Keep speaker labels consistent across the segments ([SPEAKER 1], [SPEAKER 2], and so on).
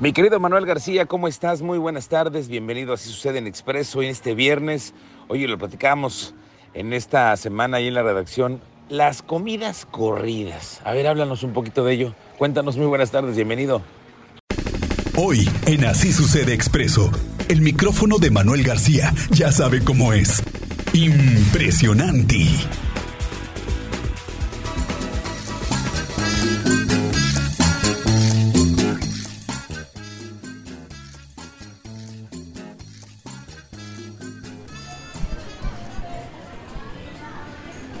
[SPEAKER 1] Mi querido Manuel García, ¿cómo estás? Muy buenas tardes, bienvenido a Así Sucede en Expreso. Hoy este viernes, oye, lo platicamos en esta semana ahí en la redacción, las comidas corridas. A ver, háblanos un poquito de ello. Cuéntanos, muy buenas tardes, bienvenido.
[SPEAKER 2] Hoy, en Así Sucede Expreso, el micrófono de Manuel García ya sabe cómo es. Impresionante.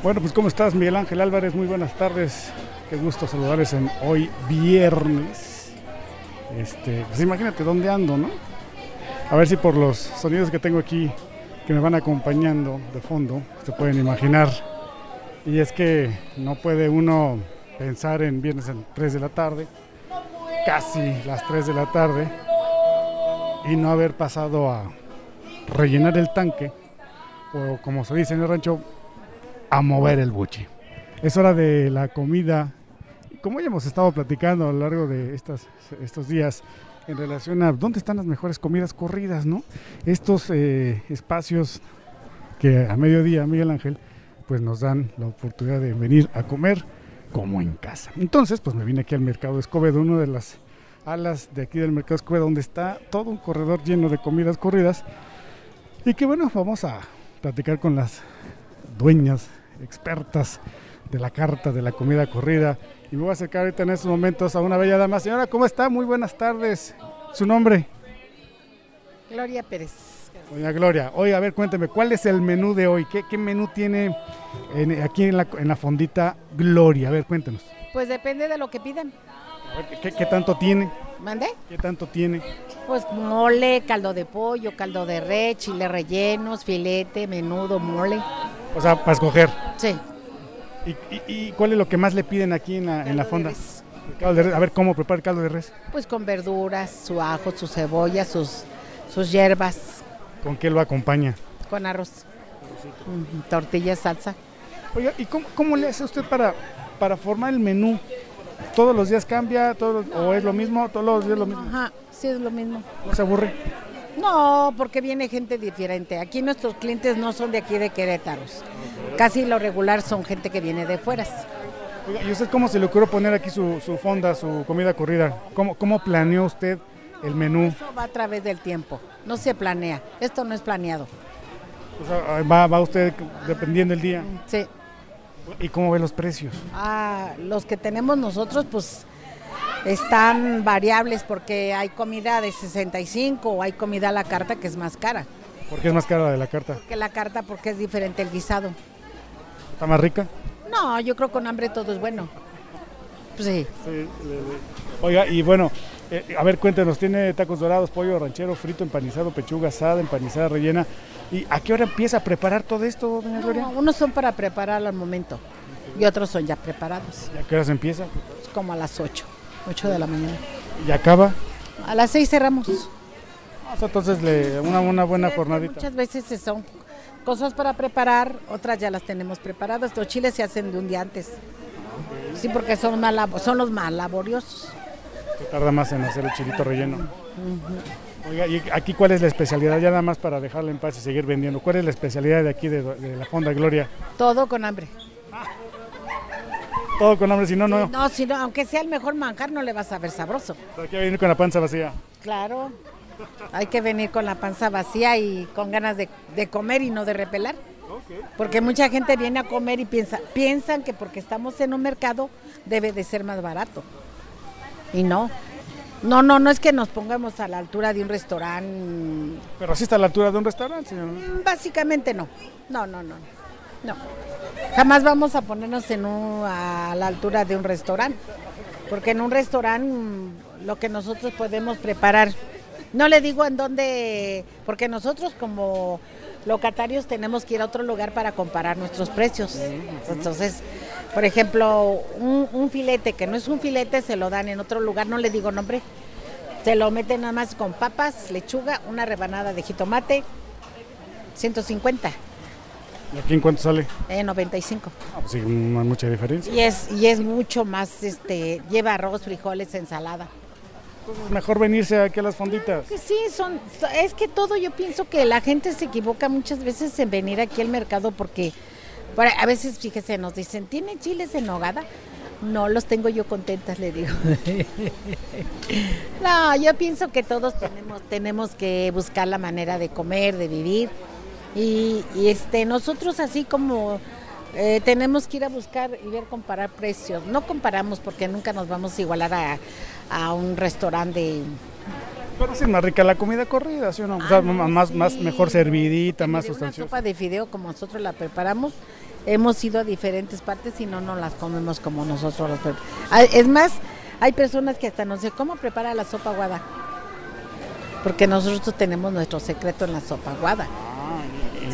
[SPEAKER 3] Bueno, pues ¿cómo estás, Miguel Ángel Álvarez? Muy buenas tardes. Qué gusto saludarles en hoy viernes. Este, pues imagínate dónde ando, ¿no? A ver si por los sonidos que tengo aquí que me van acompañando de fondo se pueden imaginar. Y es que no puede uno pensar en viernes a las 3 de la tarde, casi las 3 de la tarde, y no haber pasado a rellenar el tanque, o como se dice en el rancho, a mover el buche. Es hora de la comida. Como ya hemos estado platicando a lo largo de estas, estos días en relación a dónde están las mejores comidas corridas, ¿no? Estos eh, espacios que a mediodía, Miguel Ángel, pues nos dan la oportunidad de venir a comer como en casa. Entonces, pues me vine aquí al Mercado Escobedo, una de las alas de aquí del Mercado Escobedo, donde está todo un corredor lleno de comidas corridas. Y que bueno, vamos a platicar con las dueñas, expertas de la carta de la comida corrida. Y me voy a acercar ahorita en estos momentos a una bella dama. Señora, ¿cómo está? Muy buenas tardes. ¿Su nombre?
[SPEAKER 4] Gloria Pérez.
[SPEAKER 3] Doña Gloria. Oiga, a ver, cuénteme, ¿cuál es el menú de hoy? ¿Qué, qué menú tiene en- aquí en la, en la fondita Gloria? A ver, cuéntenos.
[SPEAKER 4] Pues depende de lo que pidan.
[SPEAKER 3] A ver, ¿qué, qué tanto tiene?
[SPEAKER 4] ¿Mandé?
[SPEAKER 3] ¿Qué tanto tiene?
[SPEAKER 4] Pues mole, caldo de pollo, caldo de res, chile rellenos, filete, menudo, mole.
[SPEAKER 3] O sea, para escoger.
[SPEAKER 4] Sí.
[SPEAKER 3] ¿Y, y- y cuál es lo que más le piden aquí en la, en la
[SPEAKER 4] Caldo de
[SPEAKER 3] fonda?
[SPEAKER 4] res.
[SPEAKER 3] El caldo de res. A ver, ¿cómo prepara el caldo de res?
[SPEAKER 4] Pues con verduras, su ajo, su cebolla, sus, sus hierbas,
[SPEAKER 3] ¿Con qué lo acompaña?
[SPEAKER 4] con arroz. Ujú, Tortilla, salsa.
[SPEAKER 3] Oiga, ¿y cómo, cómo le hace usted para, para formar el menú? ¿Todos los días cambia? Todos, los- ¿O es lo mismo? ¿Todos los días es lo mismo?
[SPEAKER 4] Ajá, sí es lo mismo.
[SPEAKER 3] ¿No se aburre?
[SPEAKER 4] No, porque viene gente diferente. Aquí nuestros clientes no son de aquí de Querétaros. Casi lo regular son gente que viene de fueras.
[SPEAKER 3] Oiga, ¿Y usted cómo se le ocurrió poner aquí su, su fonda, su comida corrida? ¿Cómo, ¿Cómo planeó usted el menú?
[SPEAKER 4] Eso va a través del tiempo, no se planea, esto no es planeado.
[SPEAKER 3] O sea, ah, va, va usted dependiendo del día.
[SPEAKER 4] Sí.
[SPEAKER 3] ¿Y cómo ve los precios?
[SPEAKER 4] Ah, los que tenemos nosotros pues están variables porque hay comida de 65 o hay comida a la carta que es más cara
[SPEAKER 3] Porque es más cara la de la carta.
[SPEAKER 4] que la carta porque es diferente el guisado.
[SPEAKER 3] ¿Está más rica?
[SPEAKER 4] No, yo creo que con hambre todo es bueno. Pues sí,
[SPEAKER 3] Oiga, y bueno, eh, a ver, cuéntenos, tiene tacos dorados, pollo ranchero, frito, empanizado, pechuga asada, empanizada rellena. ¿Y a qué hora empieza a preparar todo esto, doña Gloria?
[SPEAKER 4] No, unos son para preparar al momento y otros son ya preparados,
[SPEAKER 3] ¿Y a qué hora se empieza?
[SPEAKER 4] pues, como a las 8, 8 de la mañana.
[SPEAKER 3] ¿Y acaba? Ah,
[SPEAKER 4] A las 6 cerramos.
[SPEAKER 3] O sea, entonces, le, una, Ah, una buena
[SPEAKER 4] Es que
[SPEAKER 3] jornadita.
[SPEAKER 4] Muchas veces se son cosas para preparar, otras ya las tenemos preparadas. Los chiles se hacen de un día antes. Sí, porque son, más labo- son los más laboriosos.
[SPEAKER 3] Se tarda más en hacer el chilito relleno. Oiga, ¿y aquí cuál es la especialidad? Ya nada más para dejarla en paz y seguir vendiendo. ¿Cuál es la especialidad de aquí, de, de la Fonda Gloria?
[SPEAKER 4] Todo con hambre.
[SPEAKER 3] Todo con hambre, si no, no.
[SPEAKER 4] No, si no, aunque sea el mejor manjar, no le vas a ver sabroso.
[SPEAKER 3] Aquí va a venir con la panza vacía.
[SPEAKER 4] Claro. Hay que venir con la panza vacía y con ganas de, de comer y no de repelar. Porque mucha gente viene a comer y piensa, piensan que porque estamos en un mercado debe de ser más barato. Y no. No, no, no es que nos pongamos a la altura de un restaurante.
[SPEAKER 3] Pero así está a la altura de un restaurante, señor.
[SPEAKER 4] Mm, Básicamente no. No, no, no. No. Jamás vamos a ponernos en un- a la altura de un restaurante. Porque en un restaurante mm, lo que nosotros podemos preparar, no le digo en dónde, porque nosotros como locatarios tenemos que ir a otro lugar para comparar nuestros precios. Entonces, por ejemplo, un, un filete que no es un filete se lo dan en otro lugar, no le digo nombre, se lo meten nada más con papas, lechuga, una rebanada de jitomate, 150,
[SPEAKER 3] ¿Y aquí en cuánto sale?
[SPEAKER 4] eh, 95.
[SPEAKER 3] Ah, pues sí, no hay mucha diferencia.
[SPEAKER 4] Y es, y es mucho más, este, lleva arroz, frijoles, ensalada.
[SPEAKER 3] Entonces, mejor venirse aquí a las fonditas.
[SPEAKER 4] Que Sí, son, es que todo yo pienso que la gente se equivoca muchas veces en venir aquí al mercado porque para- a veces, fíjese, nos dicen, ¿tienen chiles en nogada? No, los tengo yo contentas, le digo. no, yo pienso que todos tenemos, tenemos que buscar la manera de comer, de vivir. Y, y, este, nosotros así como eh, tenemos que ir a buscar y ver comparar precios. No comparamos porque nunca nos vamos a igualar a, a un restaurante
[SPEAKER 3] Pero sí es más rica la comida corrida, ¿sí o no? O sea,
[SPEAKER 4] Ah, no,
[SPEAKER 3] más,
[SPEAKER 4] sí.
[SPEAKER 3] más, mejor servidita,
[SPEAKER 4] Porque
[SPEAKER 3] más
[SPEAKER 4] de Una
[SPEAKER 3] sustanciosa.
[SPEAKER 4] sopa de fideo como nosotros la preparamos, hemos ido a diferentes partes y no nos las comemos como nosotros las preparamos. Es más, hay personas que hasta no sé cómo prepara la sopa guada. Porque nosotros tenemos nuestro secreto en la sopa guada.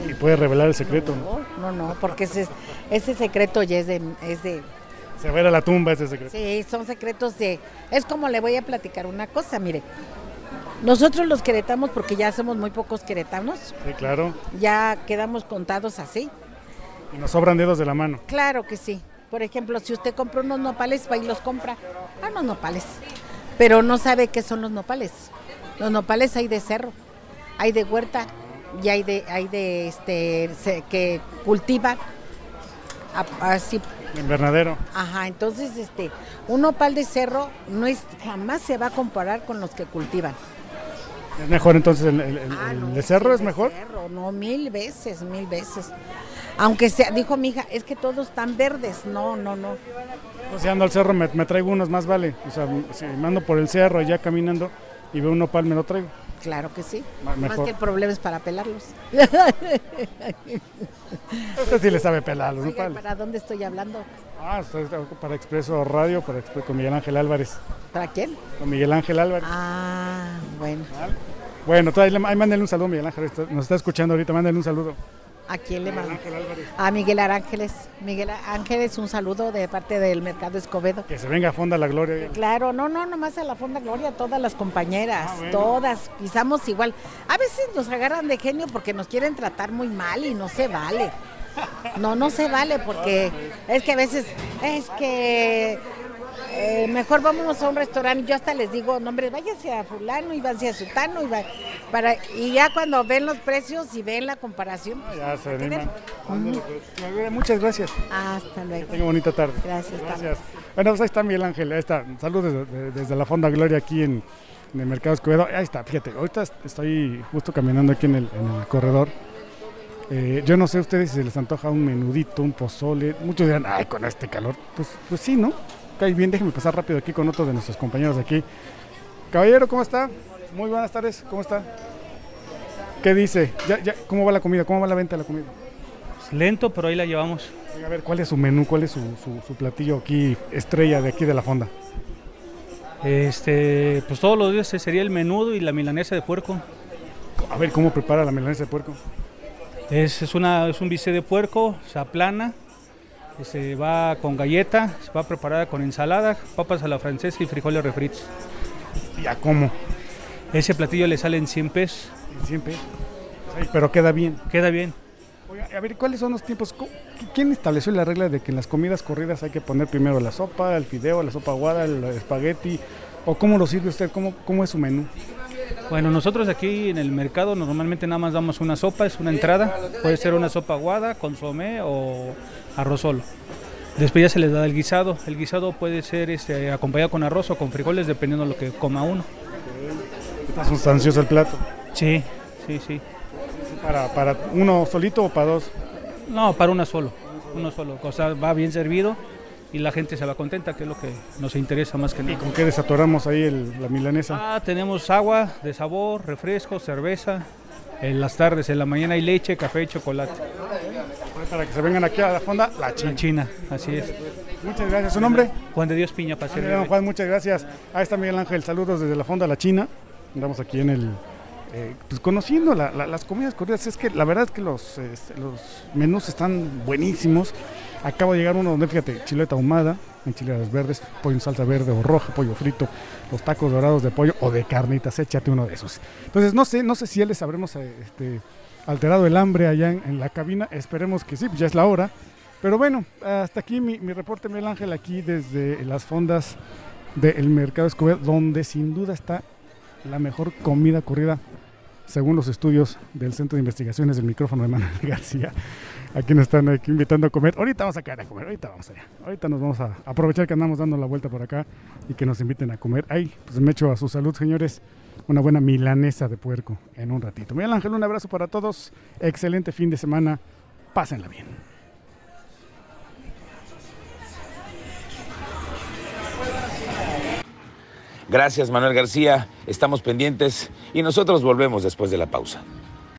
[SPEAKER 3] Y, y puede revelar el secreto, ¿no?
[SPEAKER 4] Oh, No, no, porque ese, ese secreto ya es de, es de
[SPEAKER 3] Se va a ir a la tumba ese secreto.
[SPEAKER 4] Sí, son secretos de... Es como le voy a platicar una cosa, mire. Nosotros los queretamos, porque ya somos muy pocos queretanos,
[SPEAKER 3] Sí, claro.
[SPEAKER 4] ya quedamos contados así.
[SPEAKER 3] Y nos sobran dedos de la mano.
[SPEAKER 4] Claro que sí. Por ejemplo, si usted compra unos nopales, va y los compra. Ah, unos nopales. Pero no sabe qué son los nopales. Los nopales hay de cerro, hay de huerta y hay de, hay de este se- que cultivan a- así
[SPEAKER 3] El invernadero.
[SPEAKER 4] Ajá, entonces este, un nopal de cerro no es, jamás se va a comparar con los que cultivan.
[SPEAKER 3] ¿Es mejor entonces el, el- el-
[SPEAKER 4] Ah,
[SPEAKER 3] el
[SPEAKER 4] no,
[SPEAKER 3] de cerro?
[SPEAKER 4] sí,
[SPEAKER 3] ¿Es
[SPEAKER 4] de
[SPEAKER 3] mejor?
[SPEAKER 4] cerro, no, mil veces, mil veces. Aunque sea, dijo mi hija, es que todos están verdes. No, no, no.
[SPEAKER 3] Entonces, Pues si ando al cerro, me, me traigo unos más, vale. O sea, si me ando por el cerro ya caminando y veo un nopal, me lo traigo.
[SPEAKER 4] Claro que sí.
[SPEAKER 3] Ma-
[SPEAKER 4] Más
[SPEAKER 3] mejor.
[SPEAKER 4] que el problema es para pelarlos.
[SPEAKER 3] Usted Este sí le sabe pelar los
[SPEAKER 4] Oiga, ¿y
[SPEAKER 3] nopales.
[SPEAKER 4] ¿para dónde estoy hablando?
[SPEAKER 3] Ah, usted está para Expreso Radio, para Expre- con Miguel Ángel Álvarez.
[SPEAKER 4] ¿Para quién?
[SPEAKER 3] Con Miguel Ángel Álvarez.
[SPEAKER 4] Ah, bueno.
[SPEAKER 3] Bueno, ahí, le- ahí mándale un saludo, Miguel Ángel. está- nos está escuchando ahorita, mándale un saludo.
[SPEAKER 4] ¿A quién le mando?
[SPEAKER 3] Álvarez.
[SPEAKER 4] A Miguel Ángeles. Miguel Ángeles, un saludo de parte del Mercado Escobedo.
[SPEAKER 3] Que se venga a fonda la gloria.
[SPEAKER 4] Claro, no, no, nomás a la Fonda Gloria, todas las compañeras,
[SPEAKER 3] Ah, bueno.
[SPEAKER 4] todas, pisamos igual. A veces nos agarran de genio porque nos quieren tratar muy mal y no se vale. No, no se vale porque es que a veces, es que eh, mejor vámonos a un restaurante. Yo hasta les digo, no, hombre, váyanse a fulano y váyanse a sutano. Y, va- para, y ya cuando ven los precios y ven la comparación,
[SPEAKER 3] Ah,
[SPEAKER 4] pues,
[SPEAKER 3] Ya se
[SPEAKER 4] ¿qué
[SPEAKER 3] animan.
[SPEAKER 4] ver?
[SPEAKER 3] Ándale, pues. Bueno, Muchas gracias.
[SPEAKER 4] Hasta
[SPEAKER 3] Que
[SPEAKER 4] luego.
[SPEAKER 3] tenga bonita tarde.
[SPEAKER 4] Gracias,
[SPEAKER 3] Gracias. Bueno, pues ahí está Miguel Ángel. Ahí está. Saludos desde, desde la Fonda Gloria aquí en, en el Mercado Escobedo. Ahí está, fíjate. Ahorita est- estoy justo caminando aquí en el, en el corredor. Eh, yo no sé a ustedes si se les antoja un menudito, un pozole. Muchos dirán, ay, con este calor. Pues, pues sí, ¿no? Cae bien, déjenme pasar rápido aquí con otro de nuestros compañeros de aquí. Caballero, ¿cómo está? Muy buenas tardes, ¿cómo está? ¿Qué dice? Ya, ya, ¿Cómo va la comida? ¿Cómo va la venta de la comida?
[SPEAKER 5] Lento, pero ahí la llevamos.
[SPEAKER 3] Venga, A ver, ¿cuál es su menú? ¿Cuál es su, su- su platillo aquí, estrella de aquí de la fonda?
[SPEAKER 5] Este, pues todos los días se- sería el menudo y la milanesa de puerco.
[SPEAKER 3] A ver, ¿cómo prepara la melanesa de puerco?
[SPEAKER 5] Es, es una, es un bistec de puerco, se aplana, se Este, va con galleta, se va preparada con ensalada, papas a la francesa y frijoles refritos.
[SPEAKER 3] ¿Y a cómo?
[SPEAKER 5] Ese platillo le sale en 100 pesos.
[SPEAKER 3] En 100 pesos. Ay, pero queda bien.
[SPEAKER 5] Queda bien.
[SPEAKER 3] Oiga, a ver, ¿cuáles son los tiempos? ¿Cu- qui- ¿Quién estableció la regla de que en las comidas corridas hay que poner primero la sopa, el fideo, la sopa guada, el espagueti? ¿O cómo lo sirve usted? ¿Cómo, cómo es su menú?
[SPEAKER 5] Bueno, nosotros aquí en el mercado normalmente nada más damos una sopa, es una entrada. Puede ser una sopa aguada, consomé o arroz solo. Después ya se les da el guisado. El guisado puede ser este, acompañado con arroz o con frijoles, dependiendo de lo que coma uno.
[SPEAKER 3] Está sustancioso el plato.
[SPEAKER 5] Sí, sí, sí.
[SPEAKER 3] ¿Para, para uno solito o para dos?
[SPEAKER 5] No, para una solo, uno solo. O sea, va bien servido y la gente se va contenta, que es lo que nos interesa más que
[SPEAKER 3] ¿Y
[SPEAKER 5] nada.
[SPEAKER 3] con qué desatoramos ahí el- la milanesa?
[SPEAKER 5] Ah, tenemos agua de sabor, refresco, cerveza. En las tardes, en la mañana hay leche, café y chocolate.
[SPEAKER 3] Para que se vengan aquí a la fonda, la
[SPEAKER 5] En
[SPEAKER 3] chincha.
[SPEAKER 5] China, así es.
[SPEAKER 3] Muchas gracias. ¿Su nombre?
[SPEAKER 5] Juan de Dios Piña para
[SPEAKER 3] Mira,
[SPEAKER 5] servirle.
[SPEAKER 3] don Juan, muchas gracias. Ahí está Miguel Ángel, saludos desde la Fonda La China. Andamos aquí en el. eh, pues conociendo la- la- las comidas corridas. Es que la verdad es que los, este, los menús están buenísimos. Acabo de llegar uno donde, fíjate, chileta ahumada, enchiladas verdes, pollo en salsa verde o roja, pollo frito, los tacos dorados de pollo o de carnitas. Échate uno de esos. Entonces, no sé, no sé si ya les habremos eh, este, alterado el hambre allá en, en la cabina. Esperemos que sí, pues ya es la hora. Pero bueno, hasta aquí mi, mi reporte, Miguel Ángel, aquí desde las fondas del mercado Escobedo, donde sin duda está la mejor comida corrida, según los estudios del Centro de Investigaciones del Micrófono de Manuel García. Aquí nos están aquí invitando a comer. Ahorita vamos a caer a comer, ahorita vamos allá. Ahorita nos vamos a aprovechar que andamos dando la vuelta por acá y que nos inviten a comer. Ay, pues me echo a su salud, señores. Una buena milanesa de puerco en un ratito. Miguel Ángel, un abrazo para todos. Excelente fin de semana. Pásenla bien.
[SPEAKER 1] Gracias, Manuel García. Estamos pendientes y nosotros volvemos después de la pausa.